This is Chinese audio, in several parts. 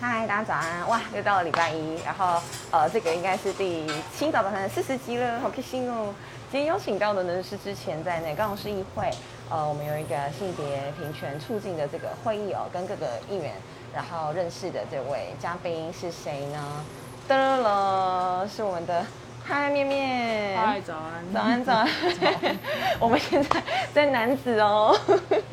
嗨，大家早安！哇，又到了礼拜一，然后呃，这个应该是第七早早餐四十集了，好开心哦！今天邀请到的呢是之前在那高雄市议会，呃，我们有一个性别平权促进的这个会议哦，跟各个议员然后认识的这位嘉宾是谁呢？得了，是我们的嗨面面。嗨，早安。早安，早安。我们现在在南子哦，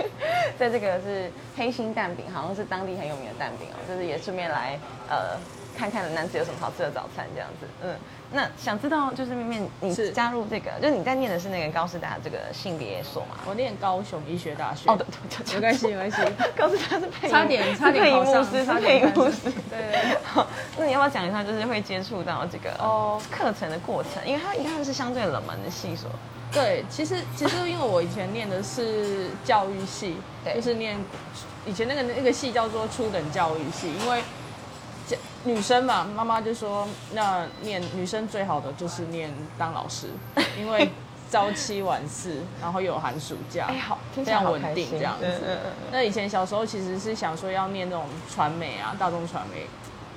在这个是黑心蛋饼，好像是当地很有名的蛋饼哦，就是也顺便来呃看看南子有什么好吃的早餐这样子。嗯，那想知道就是面面你是加入这个，就是你在念的是那个高师大这个性别所嘛？我念高雄医学大学。哦，对，对对，没关系，没关系。高师大是 配音差点差点是配考音牧上师，是差配点音牧考上师。 对对对好，那你要不要讲一下，就是会接触到这个哦课程的过程？因为它应该是相对冷门的系所。对，其实其实因为我以前念的是教育系，对就是念以前那个那个系叫做初等教育系，因为这女生嘛，妈妈就说那念女生最好的就是念当老 师，因为朝七晚四，然后又有寒暑假，哎，好，听起非来常好稳开定心这样子。嗯嗯嗯那以前小时候其实是想说要念那种传媒啊，大众传媒，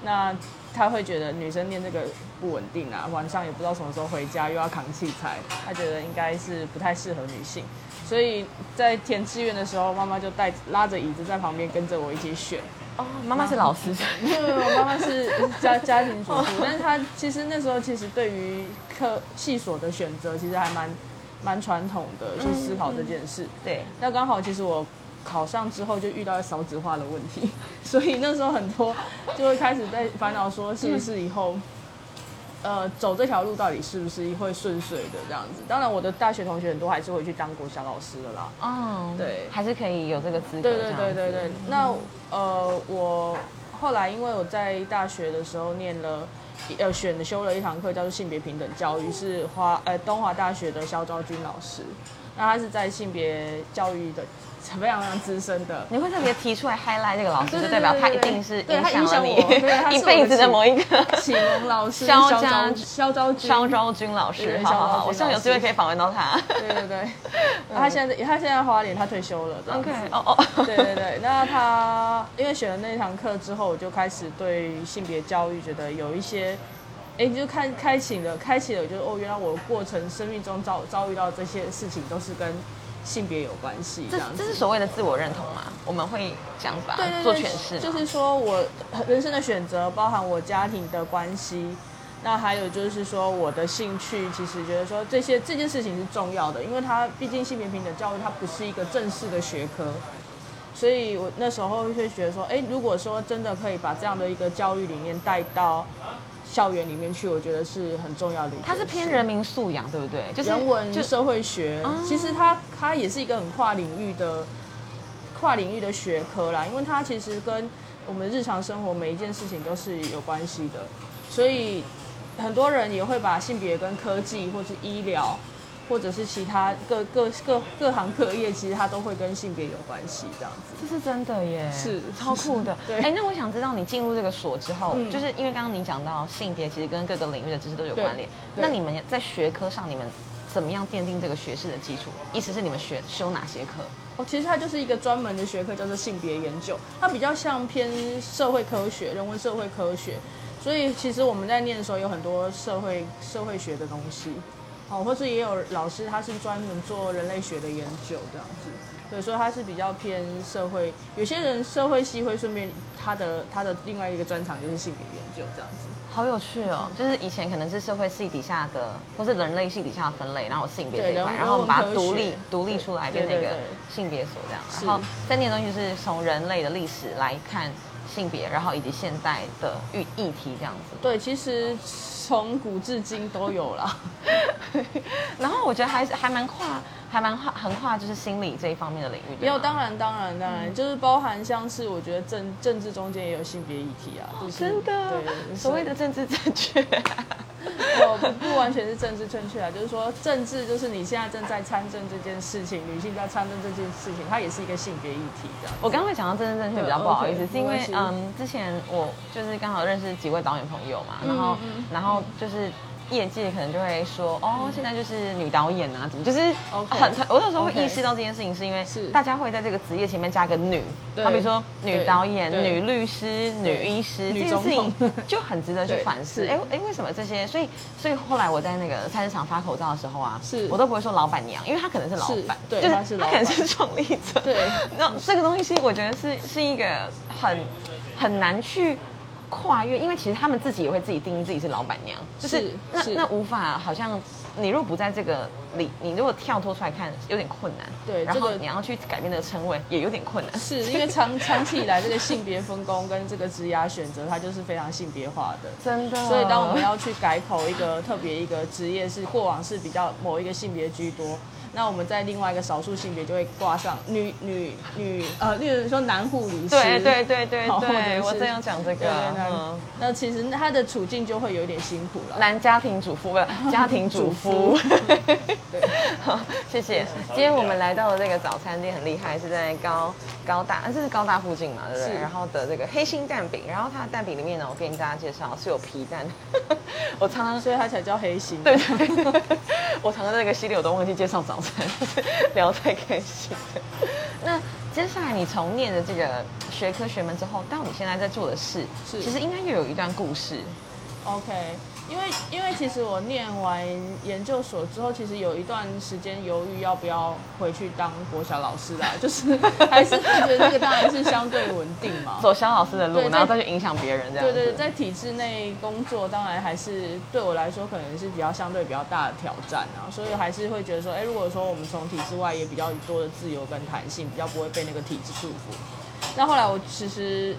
那他会觉得女生念这个不稳定啊， 晚上也不知道什么时候回家，又要扛器材，他觉得应该是不太适合女性。所以在填志愿的时候，妈妈就带拉着椅子在旁边跟着我一起选。 哦，妈妈是老师，因为我妈妈是家家庭主妇，但是她其实那时候其实对于课系所的选择其实还蛮蛮传统的去思考这件事。 对，那刚好其实我考上之后就遇到少子化的问题， 所以那时候很多就会开始在烦恼说是不是以后。呃，走这条路到底是不是会顺遂的这样子？当然，我的大学同学很多还是回去当国小老师的啦。哦，对还是可以有这个资格，对对对对对。，那呃，我后来因为我在大学的时候念了，呃，选修了一堂课叫做性别平等教育，是华呃东华大学的肖昭君老师，那他是在性别教育的非常非常资深 的你会特别提出来 highlight 这个老师，对就代对表对他对一对定是对他响影了响你我对他 一是我辈的子的启某一个。 启蒙老师肖肖家昭肖昭君。肖昭君老师，对好好肖昭好，君我希望有机会可以访问到他。对 对对，他现在他现在在花莲，他退休了。这样子嗯 OK，哦 哦， 对对对，那他因为选了那堂课之后，我就开始对性别教育觉得有一些，哎，就看开启了，开启了，就是哦，原来我过程生命中遭遭遇到这些事情都是跟性别有关系，这这样这子。是所谓的自我认同吗？我们会这样把对对对，做诠释吗，就是说我人生的选择包含我家庭的关系，那还有就是说我的兴趣，其实觉得说这些这件事情是重要的，因为它毕竟性别平等教育它不是一个正式的学科，所以我那时候会觉得说，哎，如果说真的可以把这样的一个教育理念带到校园里面去，我觉得是很重要的一件事。它是偏人民素养，对不对？就是人文就啊社会学，其实它它也是一个很跨领域的跨领域的学科啦，因为它其实跟我们日常生活每一件事情都是有关系的，所以很多人也会把性别跟科技或是医疗。或者是其他各各各各行各业，其实它都会跟性别有关系，这样子。这是真的耶，是超酷的。对哎，那我想知道你进入这个所之后，嗯就是因为刚刚你讲到性别其实跟各个领域的知识都有对关联，对那你们在学科上你们怎么样奠定这个学士的基础？意思是你们学修哪些课？哦，其实它就是一个专门的学科，叫做性别研究，它比较像偏社会科学、人文社会科学，所以其实我们在念的时候有很多社会社会学的东西，哦，或是也有老师他是专门做人类学的研究这样子，对，所以他是比较偏社会，有些人社会系会顺便他的他的另外一个专长就是性别研究这样子，好有趣哦！就是以前可能是社会系底下的，或是人类系底下的分类，然后有性别这对一块，人然后我们把它人文独科学立独立出来，对变成一个对对性别所这样。是然后在念的东西是从人类的历史来看性别，然后以及现在的议议题这样子。对，其实从古至今都有啦，然后我觉得还是还蛮跨，还蛮跨，横跨就是心理这一方面的领域。也有当当然当然当嗯然，就是包含像是我觉得政政治中间也有性别议题啊，就是真的对所谓的政治正确，我不不完全是政治正确啊，就是说政治就是你现在正在参政这件事情，女性在参政这件事情，它也是一个性别议题这样。我刚刚会讲到政治正确比较不好意思，对是因为没关系嗯嗯，之前我就是刚好认识几位导演朋友嘛，然后然后就是业界可能就会说，哦，现在就是女导演啊，怎么就是很 OK 很，我有时候会 OK 意识到这件事情，是因为是大家会在这个职业前面加个女，对好比说女导演、对女律师、女医师，这女件总事情统 就很值得去对反思。是哎哎，为什么这些？所以所以后来我在那个菜市场发口罩的时候啊，是我都不会说老板娘，因为她可能是老是板，对就她是她老可能板是创立者，对 那这个东西我觉得是是一个很很难去跨越，因为其实他们自己也会自己定义自己是老板娘，就是是那是那无法，好像你若不在这个里，你如果跳脱出来看，有点困难。对然这后个你要去改变这个称谓，也有点困难。是因为长长期以来这个性别分工跟这个职涯选择，它就是非常性别化的。真的所以当我们要去改口一个特别一个职业是过往是比较某一个性别居多，那我们在另外一个少数性别就会挂上女女女呃，例如说男护理师，对对对对好或者对，是我正要讲这个对，那、嗯，那其实他的处境就会有点辛苦了。男家庭主妇不是 家庭主夫。对， 好，谢谢。今天我们来到了这个早餐店，很厉害，是在高高大，啊这是高大附近嘛，对不对？是然后的这个黑心蛋饼，然后它的蛋饼里面呢，我给你大家介绍是有皮 蛋，我常常 所以他才叫黑心。对，我常常在那个系列我都忘记介绍早餐，聊太开心了。那接下来你从念了这个学科学门之后，到你现在在做的事，是其实应该又有一段故事。 OK，因为因为其实我念完研究所之后，其实有一段时间犹豫要不要回去当国小老师啦，就是 还是会觉得那个当然是相对稳定嘛。走肖老师的路，对然后在再去影响别人，这样对子。对，在体制内工作，当然还是对我来说可能是比较相对比较大的挑战啊，所以还是会觉得说，哎，如果说我们从体制外也比较多的自由跟弹性，比较不会被那个体制束缚。那后来我其实